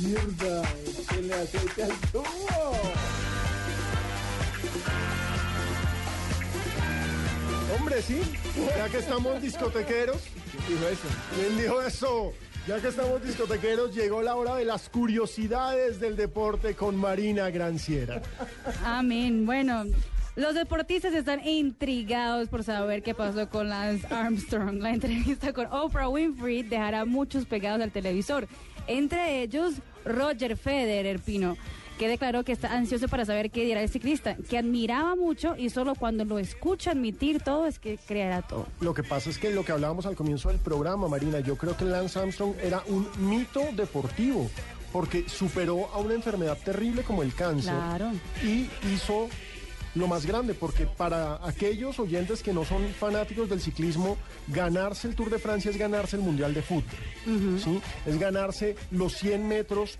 Mierda, se le aceita el tubo. Hombre, sí, ya que estamos discotequeros. Dijo eso. ¿Quién dijo eso? Ya que estamos discotequeros, llegó la hora de las curiosidades del deporte con Marina Granciera. Amén. Bueno, los deportistas están intrigados por saber qué pasó con Lance Armstrong. La entrevista con Oprah Winfrey dejará muchos pegados al televisor, entre ellos Roger Federer Pino, que declaró que está ansioso para saber qué dirá el ciclista, que admiraba mucho y solo cuando lo escucha admitir todo es que creerá todo. Lo que pasa es que lo que hablábamos al comienzo del programa, Marina, yo creo que Lance Armstrong era un mito deportivo, porque superó a una enfermedad terrible como el cáncer Claro. y hizo lo más grande, porque para aquellos oyentes que no son fanáticos del ciclismo, ganarse el Tour de Francia es ganarse el Mundial de Fútbol, ¿sí? es ganarse los 100 metros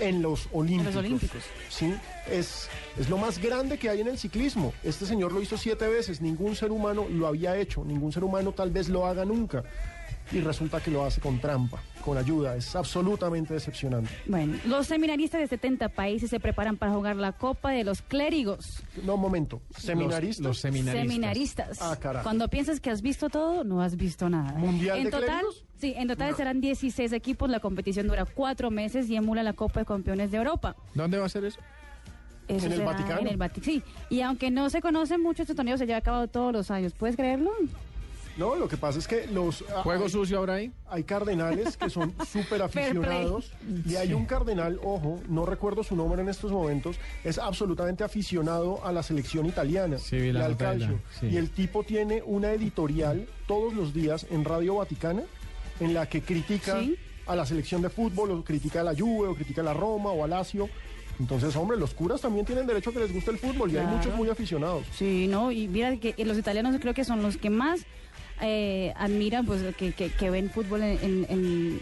en los Olímpicos. Olímpicos. ¿sí? Es, es lo más grande que hay en el ciclismo. Este señor lo hizo siete veces, ningún ser humano lo había hecho, ningún ser humano tal vez lo haga nunca. Y resulta que lo hace con trampa, con ayuda, es absolutamente decepcionante. Bueno, los seminaristas de 70 países se preparan para jugar la Copa de los Clérigos. No, un momento, seminaristas. Los, los seminaristas. Seminaristas. Ah, carajo. Cuando piensas que has visto todo, no has visto nada. ¿eh? ¿Mundial en de total, clérigos? Sí, en total serán 16 equipos. La competición dura cuatro meses y emula la Copa de Campeones de Europa. ¿Dónde va a ser eso? Eso ¿En el será Vaticano? En el Vati- sí. Y aunque no se conoce mucho, este torneo se lleva a cabo todos los años. ¿Puedes creerlo? No, lo que pasa es que los... ah, ¿Juego hay- sucio habrá ahí? Hay cardenales que son súper aficionados y hay un cardenal, ojo, no recuerdo su nombre en estos momentos, es absolutamente aficionado a la selección italiana Sí, vi y la al nota de la- calcio. sí. Y el tipo tiene una editorial todos los días en Radio Vaticana en la que critica Sí. a la selección de fútbol, o critica a la Juve, o critica a la Roma o a Lazio. Entonces, hombre, los curas también tienen derecho a que les guste el fútbol y hay Claro. muchos muy aficionados. Sí, no, y mira que eh, los italianos creo que son los que más eh, admiran, pues que, que- que ven fútbol en, en- en- en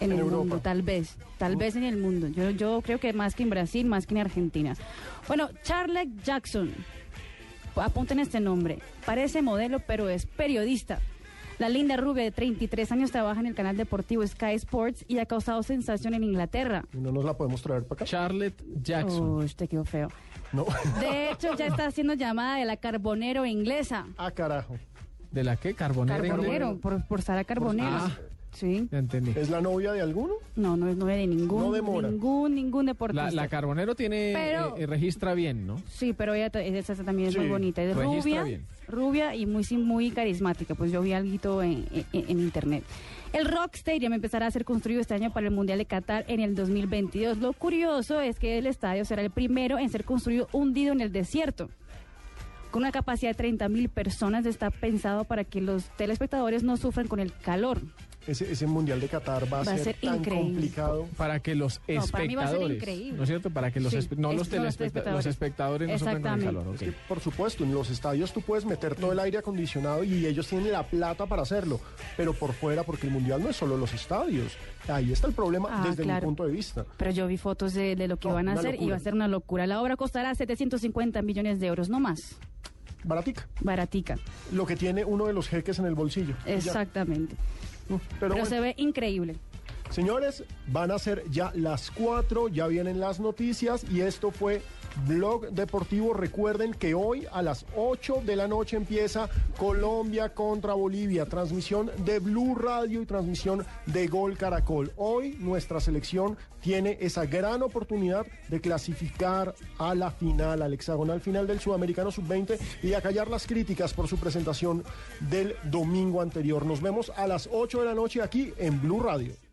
En el Europa. mundo, tal vez, tal vez en el mundo. Yo, yo creo que más que en Brasil, más que en Argentina. Bueno, Charles Jackson, apunten este nombre, parece modelo pero es periodista. La linda rubia de 33 años trabaja en el canal deportivo Sky Sports y ha causado sensación en Inglaterra. Y no nos la podemos traer para acá. Charlotte Jackson. Uy, te quedó feo. No. De hecho, ya está siendo llamada de la carbonero inglesa. ah, carajo. ¿De la qué? Carbonero. Carbonero, por, por Sara Carbonero. Ah. Sí. Ya entendí. ¿Es la novia de alguno? No, no es novia de ningún, No demora. ningún, ningún La, deportista. la Carbonero tiene, Pero- eh, eh, registra bien, ¿no? sí, pero ella ta- esa también es Sí, muy bonita. Es registra rubia, bien. rubia y muy, sí, muy carismática. Pues yo vi algo en, en- en internet. El Rock Stadium empezará a ser construido este año para el Mundial de Qatar en el 2022. Lo curioso es que el estadio será el primero en ser construido hundido en el desierto. Con una capacidad de 30.000 personas está pensado para que los telespectadores no sufran con el calor. Ese, ese mundial de Qatar va a, Va a ser, ser tan increíble. complicado. Para que los No, para mí va a ser espectadores. increíble. ¿No es cierto? Para que los, Sí, espe- no es- los, no los telespecta- espectadores. los espectadores no sufran con el Exactamente. calor. ok. Es que, por supuesto, en los estadios tú puedes meter todo el aire acondicionado y ellos tienen la plata para hacerlo, pero por fuera, porque el mundial no es solo los estadios. Ahí está el problema Ah, desde mi claro. punto de vista. Pero yo vi fotos de, de lo que No, van a una hacer y locura. va a ser una locura. La obra costará 750 millones de euros, no más. Baratica, Baratica, lo que tiene uno de los jeques en el bolsillo. y ya. exactamente. Mm, Pero, Pero bueno. se ve increíble. señores, van a ser ya las 4, ya vienen las noticias y esto fue Blog Deportivo. Recuerden que hoy a las 8 de la noche empieza Colombia contra Bolivia, transmisión de Blue Radio y transmisión de Gol Caracol. Hoy nuestra selección tiene esa gran oportunidad de clasificar a la final, al hexagonal final del Sudamericano Sub-20 y a callar las críticas por su presentación del domingo anterior. Nos vemos a las 8 de la noche aquí en Blue Radio.